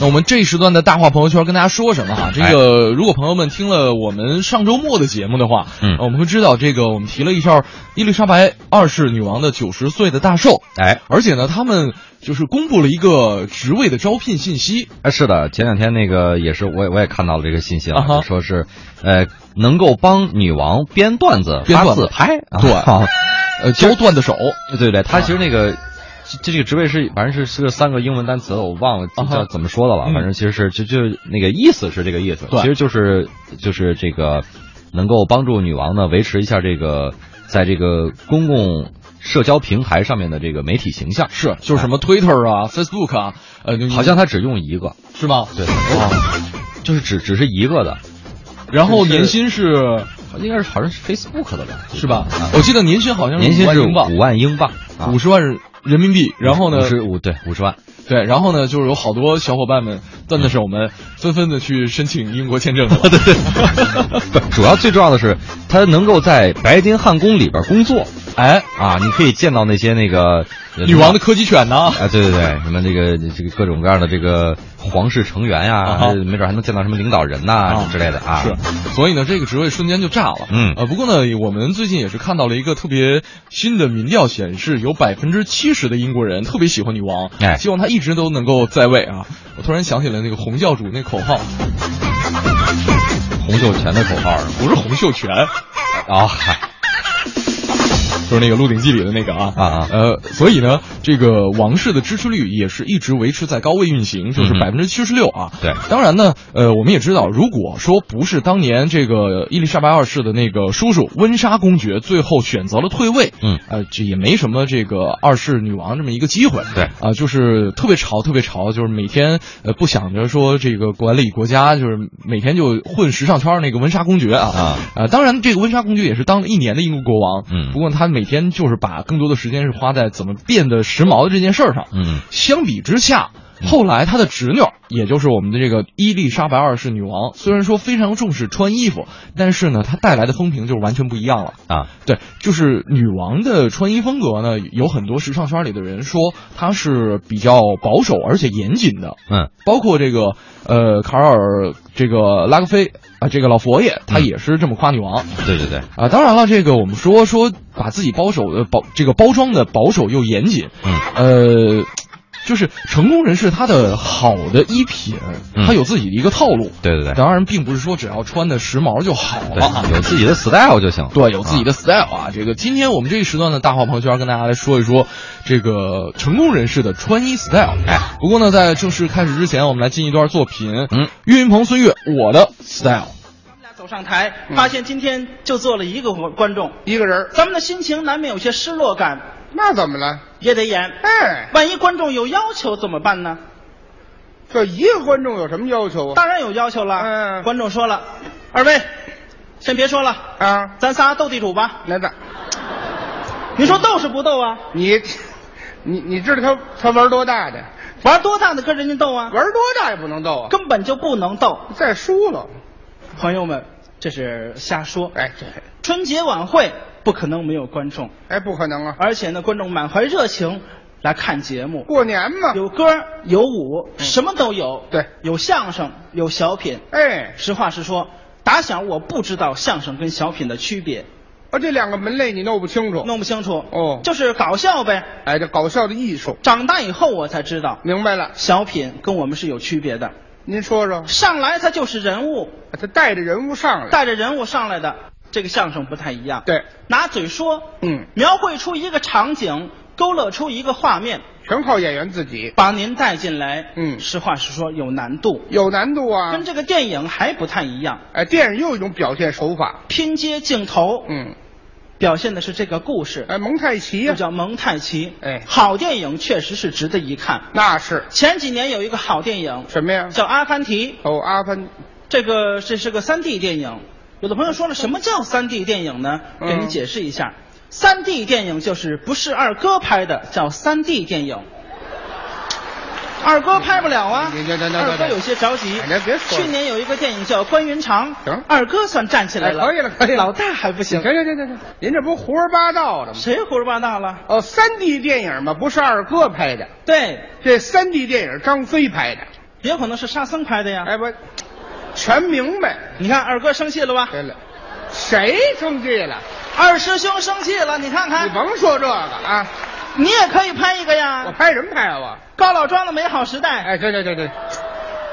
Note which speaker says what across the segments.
Speaker 1: 那我们这一时段的大话朋友圈跟大家说什么
Speaker 2: 哎
Speaker 1: 哈？这个如果朋友们听了我们上周末的节目的话，
Speaker 2: 嗯
Speaker 1: 呃我们会知道这个我们提了一下伊丽莎白二世女王的九十岁的大寿，
Speaker 2: 哎，
Speaker 1: 而且呢，他们就是公布了一个职位的招聘信息，
Speaker 2: 哎，是的，前两天那个也是，我也我也看到了这个信息了，
Speaker 1: 啊哈
Speaker 2: 就说是，呃，能够帮女王编段子、
Speaker 1: 编
Speaker 2: 发
Speaker 1: 段子
Speaker 2: 自拍，
Speaker 1: 对
Speaker 2: 啊，
Speaker 1: 呃，教段子手，
Speaker 2: 对对对，他
Speaker 1: 啊
Speaker 2: 其实那个。这这个职位是，反正是是三个英文单词，我忘了
Speaker 1: 啊哈
Speaker 2: 叫怎么说的了。
Speaker 1: 嗯
Speaker 2: 反正其实是就就那个意思是这个意思，
Speaker 1: 对
Speaker 2: 其实就是就是这个能够帮助女王呢维持一下这个在这个公共社交平台上面的这个媒体形象。
Speaker 1: 是就是什么 Twitter 啊、Facebook 啊，呃，就
Speaker 2: 哎好像他只用一个，
Speaker 1: 是吗？
Speaker 2: 对，
Speaker 1: 啊
Speaker 2: 就是只只是一个的，
Speaker 1: 然后
Speaker 2: 就是
Speaker 1: 年薪是
Speaker 2: 应该是好像是 Facebook 的吧？
Speaker 1: 是吧
Speaker 2: 啊？
Speaker 1: 我记得年薪好像是
Speaker 2: 年薪
Speaker 1: 万
Speaker 2: 是
Speaker 1: 英镑
Speaker 2: 五，万英镑，啊
Speaker 1: 五十万人民币。然后呢
Speaker 2: 五，十五对五十万，
Speaker 1: 对，然后呢，就是有好多小伙伴们、段子手们纷纷的去申请英国签 证了。
Speaker 2: 不，主要最重要的是他能够在白金汉宫里边工作
Speaker 1: 哎，
Speaker 2: 啊，你可以见到那些那个呃
Speaker 1: 女王的柯基犬呢？
Speaker 2: 啊，对对对，什么这个这个各种各样的这个皇室成员呀、
Speaker 1: 啊哈
Speaker 2: 没准还能见到什么领导人呐、
Speaker 1: 啊
Speaker 2: 之类的啊，
Speaker 1: 是，所以呢，这个职位瞬间就炸了。
Speaker 2: 嗯
Speaker 1: 呃，不过呢，我们最近也是看到了一个特别新的民调显示，有百分之七十的英国人特别喜欢女王，
Speaker 2: 哎
Speaker 1: 希望她一直都能够在位啊。我突然想起了那个洪教主那口号，
Speaker 2: 洪秀全的口号是吗
Speaker 1: 不是洪秀全，
Speaker 2: 啊， 嗨
Speaker 1: 就是那个《鹿鼎记》里的那个啊
Speaker 2: 啊啊
Speaker 1: 呃，所以呢，这个王室的支持率也是一直维持在高位运行，就是
Speaker 2: 嗯
Speaker 1: 百分之七十六啊。
Speaker 2: 对
Speaker 1: 当然呢，呃，我们也知道，如果说不是当年这个伊丽莎白二世的那个叔叔温莎公爵最后选择了退位，
Speaker 2: 嗯，
Speaker 1: 呃，这也没什么这个二世女王这么一个机会。
Speaker 2: 对
Speaker 1: 啊、就是特别潮，特别潮，就是每天呃不想着说这个管理国家，就是每天就混时尚圈儿那个温莎公爵啊。
Speaker 2: 啊，
Speaker 1: 啊，当然，这个温莎公爵也是当了一年的英国国王，
Speaker 2: 嗯
Speaker 1: 不过他每天就是把更多的时间是花在怎么变得时髦的这件事儿上。
Speaker 2: 嗯，
Speaker 1: 相比之下，后来他的侄女儿，也就是我们的这个伊丽莎白二世女王，虽然说非常重视穿衣服，但是呢，她带来的风评就是完全不一样了。
Speaker 2: 啊，
Speaker 1: 对，就是女王的穿衣风格呢，有很多时尚圈里的人说她是比较保守而且严谨的，
Speaker 2: 嗯，
Speaker 1: 包括这个呃卡尔这个拉格菲啊、这个老佛爷，
Speaker 2: 嗯
Speaker 1: 他也是这么夸女王。
Speaker 2: 对对对，
Speaker 1: 啊，当然了，这个我们说说把自己保守的保这个包装的保守又严谨，
Speaker 2: 嗯，
Speaker 1: 呃，就是成功人士他的好的衣品，
Speaker 2: 嗯
Speaker 1: 他有自己的一个套路，
Speaker 2: 对对对。
Speaker 1: 当然并不是说只要穿的时髦就好了啊
Speaker 2: 对，。有自己的 style 就行。
Speaker 1: 对，有自己的
Speaker 2: 的
Speaker 1: style 啊。这个今天我们这一时段的大话朋友圈跟大家来说一说这个成功人士的穿衣 style。
Speaker 2: 哎，
Speaker 1: 不过呢，在正式开始之前，我们来进一段作品。
Speaker 2: 嗯，
Speaker 1: 岳云鹏、孙悦，我的 style。
Speaker 3: 咱们俩走上台，
Speaker 4: 嗯
Speaker 3: 发现今天就坐了一个观观众，
Speaker 4: 一个人儿，
Speaker 3: 咱们的心情难免有些失落感，
Speaker 4: 那怎么了？
Speaker 3: 也得演。
Speaker 4: 哎，
Speaker 3: 万一观众有要求怎么办呢？
Speaker 4: 这一个观众有什么要求啊？
Speaker 3: 当然有要求了。
Speaker 4: 嗯
Speaker 3: 观众说了，二位，先别说了，
Speaker 4: 啊，
Speaker 3: 咱仨斗地主吧。
Speaker 4: 那那，
Speaker 3: 您说斗是不斗啊？
Speaker 4: 你，你你知道他他玩多大的？
Speaker 3: 玩多大的跟人家斗啊？
Speaker 4: 玩多大也不能斗啊！
Speaker 3: 根本就不能斗。
Speaker 4: 再输了，
Speaker 3: 朋友们，这是瞎说。
Speaker 4: 哎这，
Speaker 3: 春节晚会不可能没有观众，
Speaker 4: 哎，不可能啊！
Speaker 3: 而且呢，观众满怀热情来看节目。
Speaker 4: 过年嘛，
Speaker 3: 有歌儿有舞，什么都有。
Speaker 4: 啊嗯对
Speaker 3: 有相声，有小品。
Speaker 4: 哎，
Speaker 3: 实话实说，打小我不知道相声跟小品的区别，
Speaker 4: 哦，这两个门类你弄不清楚。
Speaker 3: 弄不清楚。
Speaker 4: 哦
Speaker 3: 就是搞笑呗。
Speaker 4: 哎，这搞笑的艺术，
Speaker 3: 长大以后我才知道，
Speaker 4: 明白了？
Speaker 3: 小品跟我们是有区别的。
Speaker 4: 您说说，
Speaker 3: 上来他就是人物，
Speaker 4: 他带着人物上来，
Speaker 3: 带着人物上来的，这个相声不太一样。，
Speaker 4: 对，
Speaker 3: 拿嘴说，
Speaker 4: 嗯，
Speaker 3: 描绘出一个场景，勾勒出一个画面，
Speaker 4: 全靠演员自己，
Speaker 3: 把您带进来。
Speaker 4: 嗯
Speaker 3: 实话实说有难度，
Speaker 4: 有难度啊。
Speaker 3: 跟这个电影还不太一样。
Speaker 4: 哎，电影又有一种表现手法，
Speaker 3: 拼接镜头，
Speaker 4: 嗯，
Speaker 3: 表现的是这个故事，
Speaker 4: 哎，蒙太奇
Speaker 3: 又
Speaker 4: 呀，
Speaker 3: 叫蒙太奇。
Speaker 4: 哎
Speaker 3: 好电影确实是值得一看。
Speaker 4: 那是
Speaker 3: 前几年有一个好电影
Speaker 4: 什么呀？
Speaker 3: 叫《阿凡提》，
Speaker 4: 哦，阿凡，
Speaker 3: 这个这是个三 D 电影。有的朋友说了，什么叫三 D 电影呢？
Speaker 4: 嗯
Speaker 3: 给你解释一下，三 D 电影就是不是二哥拍的，叫三 D 电影。二哥拍不了啊，
Speaker 4: 你你你你
Speaker 3: 二哥有些着急。
Speaker 4: 哎别说了
Speaker 3: 去年有一个电影叫《关云长》，
Speaker 4: 行
Speaker 3: 二哥算站起来了，
Speaker 4: 哎可以了可以了
Speaker 3: 老大还不行
Speaker 4: 行，行行行行，您这不胡说八道的吗？
Speaker 3: 谁胡说八道了？
Speaker 4: 哦，三 D 电影嘛，不是二哥拍的，
Speaker 3: 对，
Speaker 4: 这三 D 电影张飞拍的，
Speaker 3: 也有可能是沙僧拍的呀。
Speaker 4: 哎，我全明白。
Speaker 3: 你看二哥生气了吧？
Speaker 4: 对了，谁生气了？
Speaker 3: 二师兄生气了，你看
Speaker 4: 你
Speaker 3: 看，
Speaker 4: 甭说这个啊！
Speaker 3: 你也可以拍一个
Speaker 4: 我
Speaker 3: 呀。
Speaker 4: 拍什么拍啊我？
Speaker 3: 高老庄的美好时代，
Speaker 4: 哎，对对对对，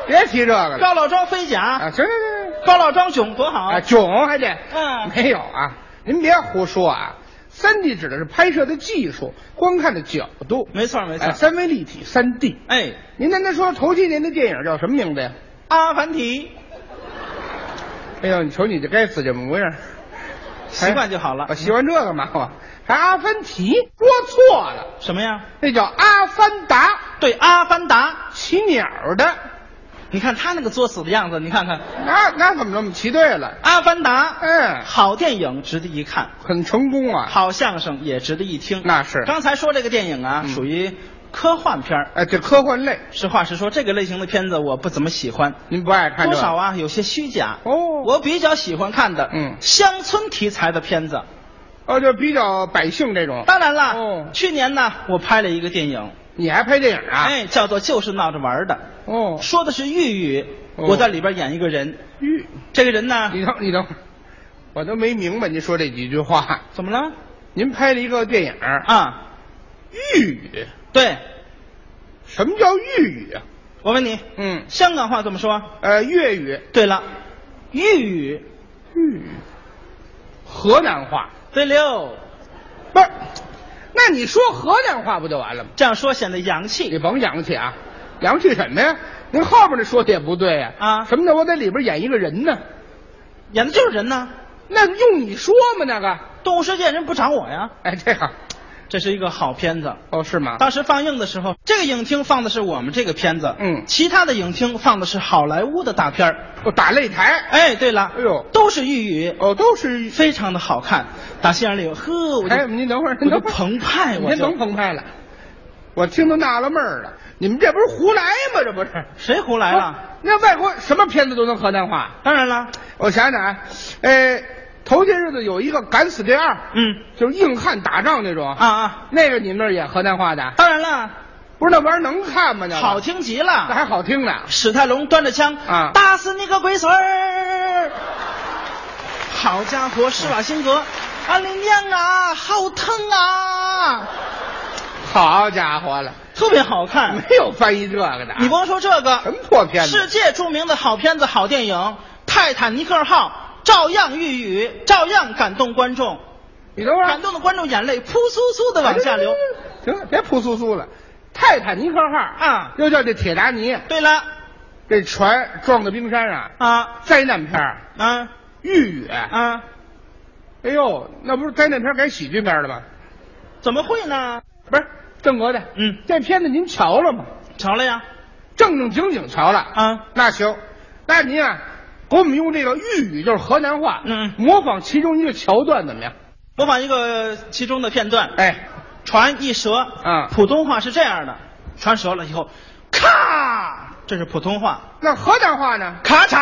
Speaker 4: 别提这个了
Speaker 3: 高老庄飞
Speaker 4: 啊！
Speaker 3: 甲，
Speaker 4: 行行行行，
Speaker 3: 高老庄囧多好
Speaker 4: 啊，。囧还得
Speaker 3: 嗯
Speaker 4: 没有啊！您别胡说啊！三 D 指的是拍摄的技术、观看的角度，
Speaker 3: 没错没错
Speaker 4: 哎三维立体三 D。
Speaker 3: 哎，
Speaker 4: 您刚才说头些年的电影叫什么名字呀？
Speaker 3: 阿凡提，
Speaker 4: 哎呦，你瞅你这该死这模样！
Speaker 3: 习惯就好了
Speaker 4: 哎我习惯这个嘛，我嗯还阿凡提，说错了，
Speaker 3: 什么呀？
Speaker 4: 那叫阿凡达，
Speaker 3: 对，阿凡达。
Speaker 4: 骑鸟的。
Speaker 3: 你看他那个作死的样子，你看看，
Speaker 4: 那那怎么着？我们骑对了，
Speaker 3: 阿凡达，
Speaker 4: 嗯，
Speaker 3: 好电影值得一看，
Speaker 4: 很成功啊。
Speaker 3: 好相声也值得一听。
Speaker 4: 那是
Speaker 3: 刚才说这个电影啊，
Speaker 4: 嗯
Speaker 3: 属于科幻片儿。
Speaker 4: 哎，这科幻类
Speaker 3: 实话实说，这个类型的片子我不怎么喜欢，
Speaker 4: 您不爱看
Speaker 3: 多
Speaker 4: 这个
Speaker 3: 少？啊，有些虚假。
Speaker 4: 哦
Speaker 3: 我比较喜欢看的，
Speaker 4: 嗯
Speaker 3: 乡村题材的片子。
Speaker 4: 哦，就比较百姓这种。
Speaker 3: 当然啦，
Speaker 4: 哦
Speaker 3: 去年呢，我拍了一个电影，
Speaker 4: 你还拍电影啊？，
Speaker 3: 哎，叫做《就是闹着玩儿的》，
Speaker 4: 哦，
Speaker 3: 说的是豫语，
Speaker 4: 哦
Speaker 3: 我在里边演一个人。
Speaker 4: 吁，
Speaker 3: 这个人呢，
Speaker 4: 你等你等会儿，我都没明白您说这几句话。
Speaker 3: 怎么了？
Speaker 4: 您拍了一个电影啊？
Speaker 3: 啊，
Speaker 4: 豫语？
Speaker 3: 对，
Speaker 4: 什么叫豫语啊？
Speaker 3: 我问你，
Speaker 4: 嗯，
Speaker 3: 香港话怎么说？
Speaker 4: 呃，粤语、
Speaker 3: 对了，豫语。
Speaker 4: 豫语、嗯河南话，
Speaker 3: 对溜，
Speaker 4: 不是？那你说河南话不就完了吗？
Speaker 3: 这样说显得洋
Speaker 4: 你
Speaker 3: 气。
Speaker 4: 甭洋气啊，洋气什么呀？您后边那说的也不对呀、
Speaker 3: 啊
Speaker 4: 什么的，我在里边演一个人呢，
Speaker 3: 演的就是人呐，
Speaker 4: 那用你说吗？那个，
Speaker 3: 动物世界人不找我呀。
Speaker 4: 哎，这样，
Speaker 3: 这是一个好片子。
Speaker 4: 哦，是吗？
Speaker 3: 当时放映的时候，这个影厅放的是我们这个片子，
Speaker 4: 嗯
Speaker 3: 其他的影厅放的是好莱坞的大片儿。
Speaker 4: 我打擂台，
Speaker 3: 哎，对了，
Speaker 4: 哎呦
Speaker 3: 都是豫语，
Speaker 4: 哦，都是。
Speaker 3: 非常的好看。打心眼里，呵，我就、
Speaker 4: 哎，您等会儿，
Speaker 3: 我
Speaker 4: 您
Speaker 3: 就
Speaker 4: 等会儿
Speaker 3: 澎湃，我
Speaker 4: 您
Speaker 3: 就
Speaker 4: 甭澎湃了，我听都纳了闷儿了，你们这不是胡来吗？这不是
Speaker 3: 谁胡来了？
Speaker 4: 不是那外国什么片子都能河南话？
Speaker 3: 当然了，
Speaker 4: 我想想啊啊，呃，头些日子有一个《敢死队二》，
Speaker 3: 嗯
Speaker 4: 就是硬汉打仗那种
Speaker 3: 啊，啊，
Speaker 4: 那个你们那儿也河南话的？
Speaker 3: 当然了，
Speaker 4: 不是那玩意儿能看吗？那个
Speaker 3: 好听极
Speaker 4: 那
Speaker 3: 了。
Speaker 4: 还好听呢。
Speaker 3: 史泰龙端着枪，
Speaker 4: 啊
Speaker 3: 打死你个龟孙儿！好家伙，施瓦辛格，俺的娘啊，好疼啊！
Speaker 4: 好家伙了，
Speaker 3: 特别好看。
Speaker 4: 没有翻译这个的啊。
Speaker 3: 你光说这个
Speaker 4: 什么破片
Speaker 3: 世
Speaker 4: 子？
Speaker 3: 界著名的好片子、好电影，《泰坦尼克号》照样遇雨，照样感动观众，
Speaker 4: 你等会儿
Speaker 3: 感动的观众眼泪扑簌簌的往下流。。
Speaker 4: 行了，别扑簌簌了。泰坦尼克号
Speaker 3: 啊
Speaker 4: 又叫这铁达尼，
Speaker 3: 对了，
Speaker 4: 这船撞到冰山上，
Speaker 3: 啊
Speaker 4: 灾难片儿
Speaker 3: 啊
Speaker 4: 豫语。
Speaker 3: 啊，
Speaker 4: 哎呦，那不是灾难片儿改喜剧片儿了吗？
Speaker 3: 怎么会呢？
Speaker 4: 不是郑国的，
Speaker 3: 嗯，
Speaker 4: 这片子您瞧了吗？
Speaker 3: 瞧了呀，
Speaker 4: 正正经经瞧了
Speaker 3: 啊？
Speaker 4: 那行，那您啊，给我们用这个豫语，就是河南话，
Speaker 3: 嗯
Speaker 4: 模仿其中一个桥段怎么样？
Speaker 3: 模仿一个其中的片段，
Speaker 4: 哎，
Speaker 3: 船一折，
Speaker 4: 嗯
Speaker 3: 普通话是这样的，船折了以后，咔，这是普通话，
Speaker 4: 那河南话呢？
Speaker 3: 咔嚓，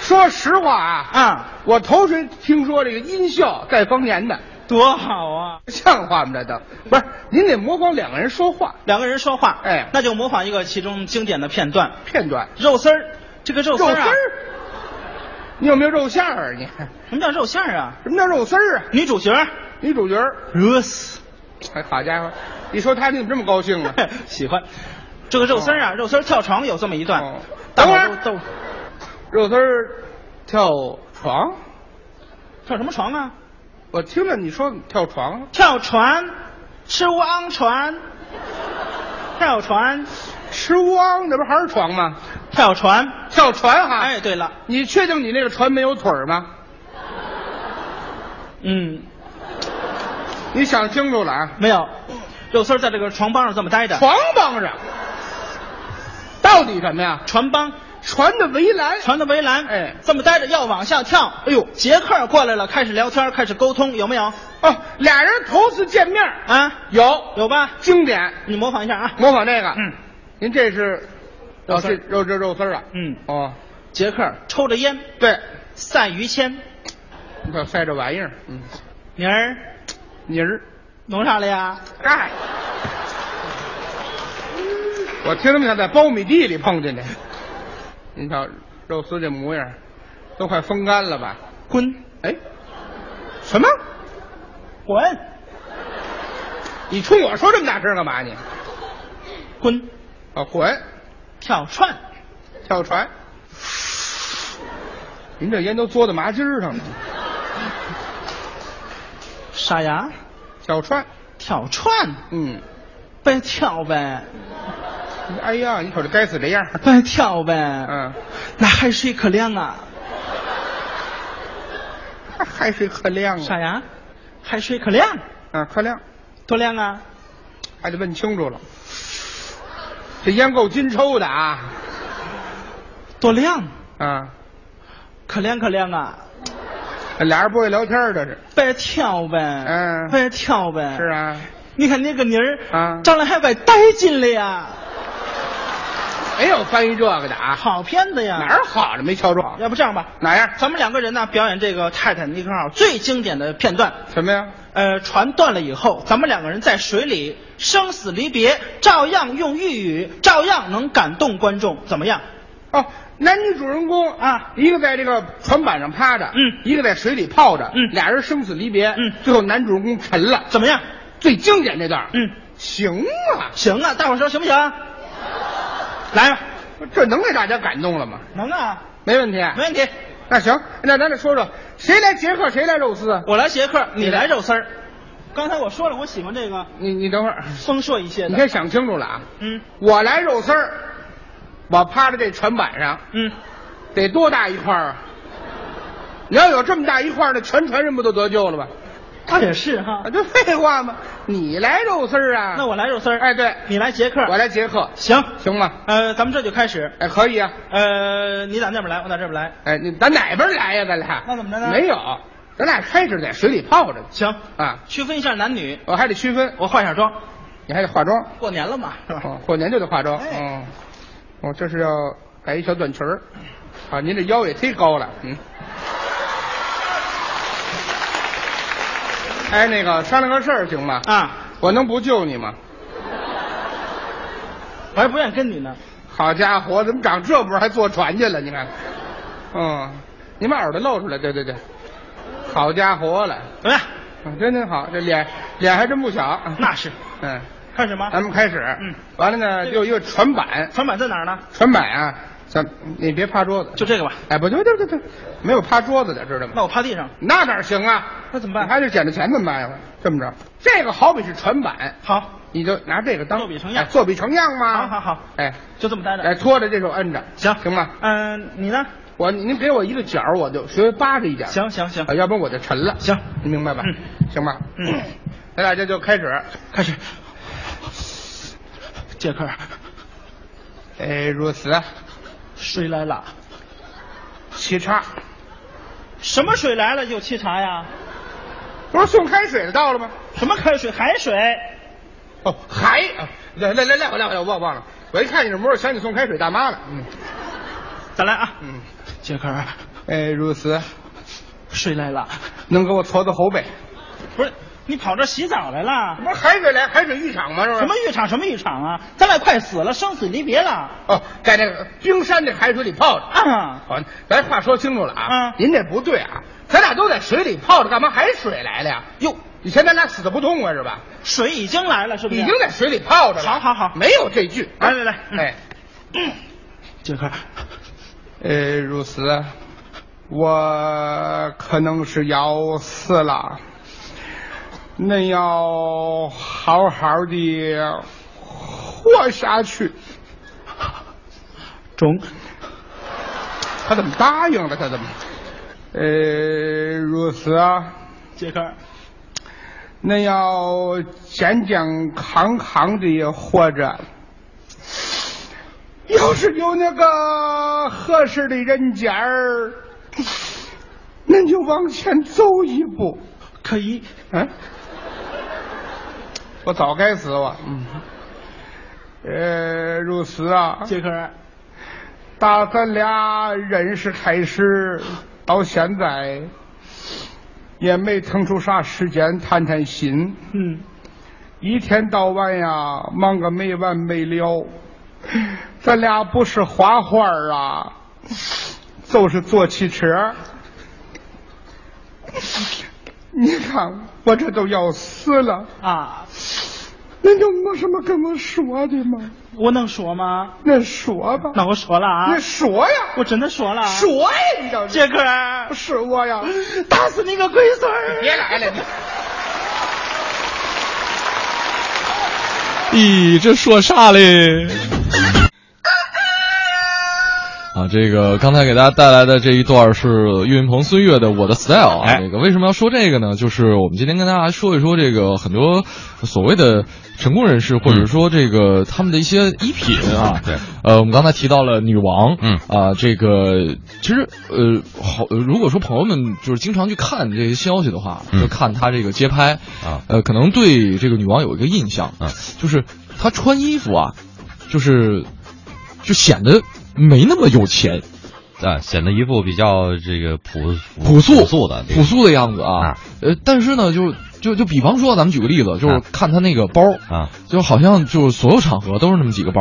Speaker 4: 说实话啊，
Speaker 3: 啊，
Speaker 4: 我头回听说这个音效带方言的，
Speaker 3: 多好啊！
Speaker 4: 像话吗？这都不是，您得模仿两个人说话
Speaker 3: 两个人说话，
Speaker 4: 哎
Speaker 3: 那就模仿一个其中经典的片段，
Speaker 4: 片段。
Speaker 3: 肉丝儿，这个肉丝儿、啊，
Speaker 4: 丝儿，你有没有肉馅儿啊？你
Speaker 3: 什么叫肉馅儿啊？
Speaker 4: 什么叫肉丝儿啊？
Speaker 3: 女主角
Speaker 4: 女主角儿，
Speaker 3: 热死，
Speaker 4: 哎，好家伙，一说她你怎么这么高兴啊？
Speaker 3: 喜欢这个肉丝儿啊，肉丝儿跳床有这么一段，
Speaker 4: 哦
Speaker 3: 大
Speaker 4: 等
Speaker 3: 伙
Speaker 4: 会
Speaker 3: 儿
Speaker 4: 儿
Speaker 3: 都都
Speaker 4: 肉丝儿跳床，
Speaker 3: 跳什么床啊？
Speaker 4: 我听着你说跳床，
Speaker 3: 跳船，吃乌昂船，跳船，
Speaker 4: 吃汪那不还是床吗？
Speaker 3: 跳船。
Speaker 4: 跳船哈，
Speaker 3: 哎，，对了，
Speaker 4: 你确定你那个船没有腿儿吗？
Speaker 3: 嗯，
Speaker 4: 你想清楚了啊，
Speaker 3: 没有，肉丝儿在这个床帮上这么待着，
Speaker 4: 床帮上，到底什么呀？
Speaker 3: 船帮。
Speaker 4: 船的围栏，
Speaker 3: 船的围栏，
Speaker 4: 哎
Speaker 3: 这么待着要往下跳，哎呦，杰克过来了，开始聊天，开始沟通，有没有？
Speaker 4: 哦，俩人头次见面儿
Speaker 3: 啊，
Speaker 4: 有
Speaker 3: 有吧？
Speaker 4: 经典，
Speaker 3: 你模仿一下啊。
Speaker 4: 模仿这个。
Speaker 3: 嗯，
Speaker 4: 您这是
Speaker 3: 肉
Speaker 4: 哦，
Speaker 3: 丝
Speaker 4: 这
Speaker 3: 儿
Speaker 4: 肉这肉丝儿啊。
Speaker 3: 嗯
Speaker 4: 哦，
Speaker 3: 杰克抽着烟，
Speaker 4: 对，
Speaker 3: 赛于谦，
Speaker 4: 你可塞这玩意儿。嗯，
Speaker 3: 明儿
Speaker 4: 泥儿。
Speaker 3: 弄啥了呀？
Speaker 4: 哎，我听他们像在苞米地里碰见的。你瞧肉丝这模样，都快风干了吧？
Speaker 1: 滚！
Speaker 4: 哎，什么？
Speaker 3: 滚
Speaker 4: 你冲我说这么大声干嘛你？
Speaker 3: 滚，
Speaker 4: 啊，滚！
Speaker 3: 跳串，
Speaker 4: 跳船。您这烟都嘬到麻筋儿上了，
Speaker 3: 傻牙，
Speaker 4: 小船，
Speaker 3: 跳串，
Speaker 4: 嗯，
Speaker 3: 别跳呗，
Speaker 4: 哎呀，你瞅这该死 这样儿，
Speaker 3: 别跳呗，
Speaker 4: 嗯，
Speaker 3: 那海水可凉啊，
Speaker 4: 还还是可亮啊，
Speaker 3: 傻牙，海水可凉，
Speaker 4: 啊，可亮，
Speaker 3: 多凉啊，
Speaker 4: 还得问清楚了，这烟够金抽的啊，
Speaker 3: 多凉，
Speaker 4: 啊，
Speaker 3: 可凉可凉啊，
Speaker 4: 俩人不会聊天儿这是，
Speaker 3: 别跳呗，
Speaker 4: 嗯
Speaker 3: 别跳呗，
Speaker 4: 是啊，
Speaker 3: 你看那个妮儿
Speaker 4: 啊
Speaker 3: 长得还怪带劲了呀，
Speaker 4: 没有翻译这个的啊，
Speaker 3: 好片子呀，
Speaker 4: 哪儿啊好着没瞧着，
Speaker 3: 要不这样吧，
Speaker 4: 哪样？
Speaker 3: 咱们两个人呢表演这个《泰坦尼克号》最经典的片段。
Speaker 4: 什么呀？
Speaker 3: 呃，船断了以后，咱们两个人在水里生死离别，照样用粤语，照样能感动观众，怎么样？
Speaker 4: 哦，男女主人公
Speaker 3: 啊
Speaker 4: 一个在这个船板上趴着，
Speaker 3: 嗯
Speaker 4: 一个在水里泡着，
Speaker 3: 嗯
Speaker 4: 俩人生死离别，
Speaker 3: 嗯
Speaker 4: 最后男主人公沉了，
Speaker 3: 怎么样？
Speaker 4: 最经典这段，
Speaker 3: 嗯，
Speaker 4: 行啊，
Speaker 3: 行啊，大伙儿说行不行？来吧，
Speaker 4: 这能给大家感动了吗？
Speaker 3: 能啊，
Speaker 4: 没问题，
Speaker 3: 没问题。
Speaker 4: 那行，那咱得说说谁来杰克，谁来肉丝啊？
Speaker 3: 我来杰克，你
Speaker 4: 你来
Speaker 3: 来肉丝儿。刚才我说了，我喜欢这个
Speaker 4: 你你等会儿，
Speaker 3: 丰硕一些
Speaker 4: 你
Speaker 3: 的。
Speaker 4: 先想清楚了啊！
Speaker 3: 嗯
Speaker 4: 我来肉丝儿，我趴在这船板上，
Speaker 3: 嗯，
Speaker 4: 得多大一块儿啊？你要有这么大一块儿，那全船人不都得救了吧？
Speaker 3: 倒也是哈
Speaker 4: 啊，。这废话吗？你来肉丝儿啊？
Speaker 3: 那我来肉丝儿，
Speaker 4: 哎对
Speaker 3: 你来杰克，
Speaker 4: 我。来杰克，
Speaker 3: 行，
Speaker 4: 行吗？
Speaker 3: 呃，咱们这就开始。
Speaker 4: 哎，可以啊。
Speaker 3: 呃，你打那边来，我打这边来。
Speaker 4: 哎，你咱哪边来呀、咱俩
Speaker 3: 那怎么着呢
Speaker 4: 没有，咱俩开始在水里泡着去
Speaker 3: 行，
Speaker 4: 啊。
Speaker 3: 区分一下男女。
Speaker 4: 我还得区分，
Speaker 3: 我化一下妆，
Speaker 4: 你还得化妆。
Speaker 3: 过年了 嘛，是吧？
Speaker 4: 哦，过年就得化妆。
Speaker 3: 哎
Speaker 4: 嗯，我、这是要改一小短裙儿，啊，您这腰也忒高了。嗯。哎，那个商量个事儿行吗？，
Speaker 3: 啊，
Speaker 4: 我能不救你吗？
Speaker 3: 我还不愿意跟你呢。
Speaker 4: 好家伙，怎么长这模儿还坐船去了？你看，嗯，你把耳朵露出来，对对对，好家伙了，
Speaker 3: 怎么样？
Speaker 4: 嗯真真好，这脸脸还真不小。
Speaker 3: 那是
Speaker 4: 嗯，
Speaker 3: 看什么？
Speaker 4: 咱们开始。
Speaker 3: 嗯，
Speaker 4: 完了呢，有一个船板，
Speaker 3: 船板在哪儿呢？
Speaker 4: 船板啊，咱你别趴桌子，
Speaker 3: 就这个吧。
Speaker 4: 哎，不对，对对对，没有趴桌子的，知道吗？
Speaker 3: 那我趴地上，
Speaker 4: 那哪行啊？
Speaker 3: 那怎么办
Speaker 4: 你还是捡着钱怎么办呀？这么着，这个好比是船板，
Speaker 3: 好，
Speaker 4: 你就拿这个当
Speaker 3: 作比成样
Speaker 4: 哎作比成样嘛。
Speaker 3: 好好好
Speaker 4: 哎
Speaker 3: 就这么待
Speaker 4: 哎，
Speaker 3: 着。
Speaker 4: 拖着这手摁着，
Speaker 3: 行
Speaker 4: 行吗？
Speaker 3: 嗯、你呢？
Speaker 4: 我您给我一个角儿，我就稍微扒着一点，
Speaker 3: 行行行
Speaker 4: 啊，，要不然我就沉了。
Speaker 3: 行
Speaker 4: 你明白吧？
Speaker 3: 嗯
Speaker 4: 行吧。
Speaker 3: 嗯，
Speaker 4: 咱俩这就开始。
Speaker 3: 开始。杰克，
Speaker 4: 哎，如此，
Speaker 3: 水来了。
Speaker 4: 沏茶。
Speaker 3: 什么水来了就沏茶呀？
Speaker 4: 不是送开水的到了吗？
Speaker 3: 什么开水？海水？
Speaker 4: 哦，还啊来来来来，我来我来我忘忘了，我一看你这模样，想起送开水大妈了。嗯
Speaker 3: 再来啊！
Speaker 4: 嗯，
Speaker 3: 杰克，
Speaker 4: 哎，如此，
Speaker 3: 水来了。
Speaker 4: 能给我搓搓后背？
Speaker 3: 不是，你跑这洗澡来了？
Speaker 4: 不是海水来海水浴场吗？是不是？
Speaker 3: 什么？浴场？什么浴场啊？咱俩快死了，生死离别了。
Speaker 4: 哦，在那个冰山的海水里泡着。
Speaker 3: 啊，
Speaker 4: 好，咱话说清楚了啊！
Speaker 3: 嗯
Speaker 4: 您这不对啊！咱俩都在水里泡着，干嘛海水来了呀？
Speaker 3: 哟，
Speaker 4: 以前咱俩死的不痛快是吧？
Speaker 3: 水已经来了，是不是？
Speaker 4: 已经在水里泡着了。
Speaker 3: 好好好
Speaker 4: 没有这句。
Speaker 3: 来来来嗯
Speaker 4: 哎，
Speaker 3: 杰克，
Speaker 4: 呃，如此，我可能是要死了，恁要好好的活下去。
Speaker 3: 中，
Speaker 4: 他怎么答应了？他怎么？呃，如此啊，
Speaker 3: 杰克，
Speaker 4: 恁要健健康康的活着。要是有那个合适的人家儿， 恁就往前走一步。
Speaker 3: 可以，
Speaker 4: 嗯，我早该死我。嗯，呃，如此啊，
Speaker 3: 杰克，
Speaker 4: 打咱俩认识开始到现在，也没腾出啥时间谈谈心，
Speaker 3: 嗯，
Speaker 4: 一天到晚呀忙个没完没了。咱俩不是花花儿啊，就是坐汽车。你看我这都要死了，
Speaker 3: 啊，
Speaker 4: 你能没什么跟我说的吗？
Speaker 3: 我能说吗？
Speaker 4: 那说吧，
Speaker 3: 那我说了啊
Speaker 4: 你，说呀，
Speaker 3: 我真的说了。啊
Speaker 4: 说呀，你到底
Speaker 3: 杰哥，
Speaker 4: 是我呀，
Speaker 3: 打死你个龟孙儿！
Speaker 4: 别来了你。
Speaker 1: 咦，这说啥嘞？啊，这个刚才给大家带来的这一段是岳云鹏、孙越的《我的 Style》啊。
Speaker 2: 哎
Speaker 1: 这个为什么要说这个呢？就是我们今天跟大家说一说这个很多所谓的成功人士，或者说这个他们的一些衣品啊。
Speaker 2: 嗯对。
Speaker 1: 呃，我们刚才提到了女王，
Speaker 2: 嗯
Speaker 1: 啊，这个其实呃，好，如果说朋友们就是经常去看这些消息的话，
Speaker 2: 嗯
Speaker 1: 就看她这个街拍
Speaker 2: 啊
Speaker 1: 呃，可能对这个女王有一个印象，
Speaker 2: 嗯
Speaker 1: 就是她穿衣服啊，就是就显得没那么有钱，
Speaker 2: 啊，显得一副比较这个朴
Speaker 1: 朴素
Speaker 2: 哦朴素的这个
Speaker 1: 朴素的样子啊
Speaker 2: 啊。
Speaker 1: 呃，但是呢，就就就比方说，咱们举个例子，就是
Speaker 2: 啊
Speaker 1: 看她那个包，
Speaker 2: 啊，，
Speaker 1: 就好像就是所有场合都是那么几个包，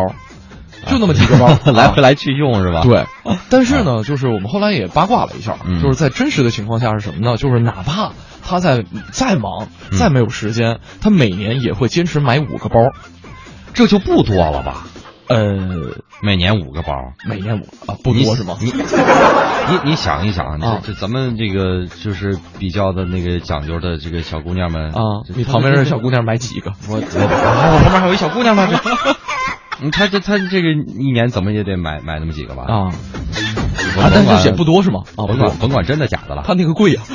Speaker 1: 就那么几个包
Speaker 2: 来
Speaker 1: 啊
Speaker 2: 回来去用是吧？，
Speaker 1: 对，但是呢，就是我们后来也八卦了一下，
Speaker 2: 嗯
Speaker 1: 就是在真实的情况下是什么呢？就是哪怕他在再忙、
Speaker 2: 嗯
Speaker 1: 再没有时间，他每年也会坚持买五个包，
Speaker 2: 这就不多了吧？
Speaker 1: 呃，
Speaker 2: 每年五个包，
Speaker 1: 每年五啊不
Speaker 2: 你
Speaker 1: 多是吗？
Speaker 2: 你你你想一想，
Speaker 1: 啊
Speaker 2: 这这咱们这个就是比较的那个讲究的这个小姑娘们
Speaker 1: 啊，
Speaker 2: 这
Speaker 1: 你旁边这小姑娘买几个？
Speaker 2: 我我我哦旁边还有一小姑娘 呢，这，她这她这个一年怎么也得买买那么几个吧？
Speaker 1: 啊啊，
Speaker 2: 甭管，
Speaker 1: 但是写不多是吗？啊，不
Speaker 2: 甭
Speaker 1: 多
Speaker 2: 管，甭管真的假的了，
Speaker 1: 他那个贵呀、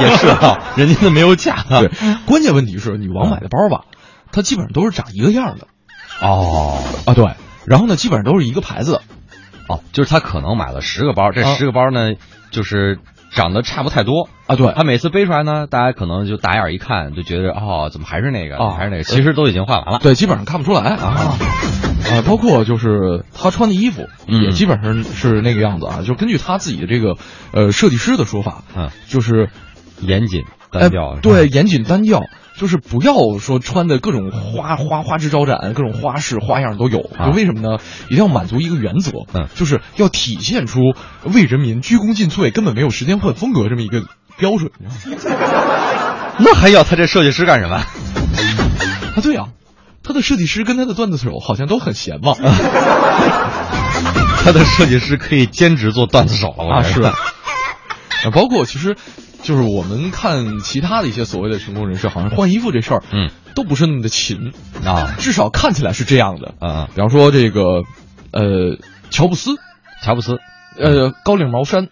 Speaker 2: 也是啊，人家那没有假的。
Speaker 1: 对，啊关键问题是女王买的包吧，它基本上都是长一个样儿的
Speaker 2: 哦
Speaker 1: 啊，对，然后呢，基本上都是一个牌子的，
Speaker 2: 哦，就是她可能买了十个包，这
Speaker 1: 啊
Speaker 2: 十个包呢，就是长得差不太多。
Speaker 1: 啊， 对，
Speaker 2: 她每次背出来呢，大家可能就打眼一看，就觉得哦，怎么还是那个，
Speaker 1: 啊
Speaker 2: 还是那个，其实都已经换完了。
Speaker 1: 对，基本上看不出来啊。啊，包括就是他穿的衣服
Speaker 2: 嗯
Speaker 1: 也基本上是那个样子啊，就根据他自己的这个呃设计师的说法，
Speaker 2: 嗯，
Speaker 1: 就是
Speaker 2: 严谨
Speaker 1: 哎
Speaker 2: 单调。是吧
Speaker 1: 对，严谨单调，就是不要说穿的各种花花花枝招展，各种花式花样都有。
Speaker 2: 啊
Speaker 1: 就为什么呢？一定要满足一个原则，
Speaker 2: 嗯
Speaker 1: 就是要体现出为人民鞠躬尽瘁，根本没有时间换风格这么一个标准。
Speaker 2: 那还要他这设计师干什么？
Speaker 1: 啊，对啊，他的设计师跟他的段子手好像都很闲嘛。
Speaker 2: 啊他的设计师可以兼职做段子手了，我
Speaker 1: 啊，
Speaker 2: 觉得
Speaker 1: 是吧？啊，包括其实，就是我们看其他的一些所谓的成功人士，好像换衣服这事儿，
Speaker 2: 嗯，
Speaker 1: 都不是那么的勤，
Speaker 2: 啊，
Speaker 1: 至少看起来是这样的。
Speaker 2: 嗯嗯，
Speaker 1: 比方说这个，呃，乔布斯，
Speaker 2: 乔布斯，
Speaker 1: 呃，高领毛衫，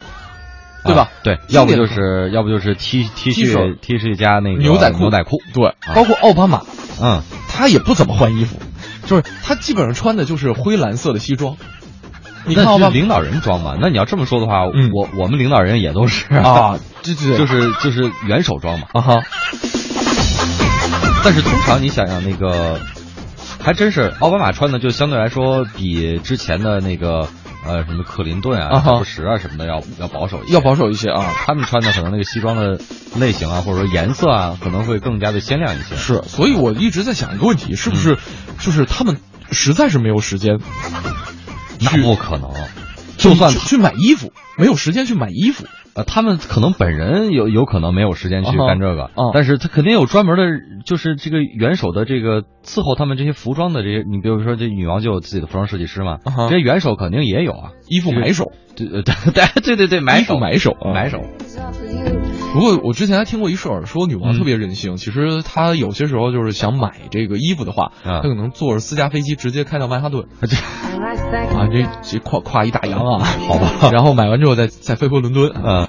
Speaker 1: 对吧
Speaker 2: 啊？对，
Speaker 1: 经典
Speaker 2: 要不就是要不就是 T T 恤 T 恤加那个
Speaker 1: 牛仔裤，
Speaker 2: 牛仔裤，啊
Speaker 1: 对，包括奥巴马，
Speaker 2: 嗯，
Speaker 1: 他也不怎么换衣服，就是他基本上穿的就是灰蓝色的西装。你看奥
Speaker 2: 那
Speaker 1: 巴
Speaker 2: 是
Speaker 1: 马
Speaker 2: 领导人装嘛？那你要这么说的话，
Speaker 1: 嗯
Speaker 2: 我我们领导人也都是，
Speaker 1: 啊， 对对，
Speaker 2: 就是就是元首装嘛。
Speaker 1: 啊哈，
Speaker 2: 但是通常你想想那个，还真是奥巴马穿的就相对来说比之前的那个呃什么克林顿
Speaker 1: 啊
Speaker 2: 啊、
Speaker 1: 哈
Speaker 2: 乔布什啊什么的要要保守一些，
Speaker 1: 要保守一些啊。
Speaker 2: 他们穿的可能那个西装的类型啊，或者说颜色啊，可能会更加的鲜亮一些。
Speaker 1: 是，所以我一直在想一个问题，是不是
Speaker 2: 嗯
Speaker 1: 就是他们实在是没有时间
Speaker 2: 那
Speaker 1: 去，
Speaker 2: 不可能，就算
Speaker 1: 去去买衣服，没有时间去买衣服
Speaker 2: 呃他们可能本人有有可能没有时间去
Speaker 1: 啊哈
Speaker 2: 干这个
Speaker 1: 啊，
Speaker 2: 但是他肯定有专门的，就是这个元首的这个伺候他们这些服装的这些，你比如说这女王就有自己的服装设计师嘛，
Speaker 1: 啊哈
Speaker 2: 这些元首肯定也有啊，
Speaker 1: 衣服买手，
Speaker 2: 对呃对对对对对，买
Speaker 1: 衣服
Speaker 2: 手
Speaker 1: 买手啊
Speaker 2: 买手，
Speaker 1: 不过我之前还听过一事儿，说女
Speaker 2: 嗯
Speaker 1: 王特别任性，其实她有些时候就是想买这个衣服的话，
Speaker 2: 啊哎
Speaker 1: 她可能坐着私家飞机直接开到曼哈顿，
Speaker 5: And I
Speaker 1: 啊，
Speaker 5: second
Speaker 1: 这这跨跨一大洋啊，
Speaker 2: 好吧
Speaker 1: 然后买完之后再再飞回伦敦，
Speaker 2: 嗯，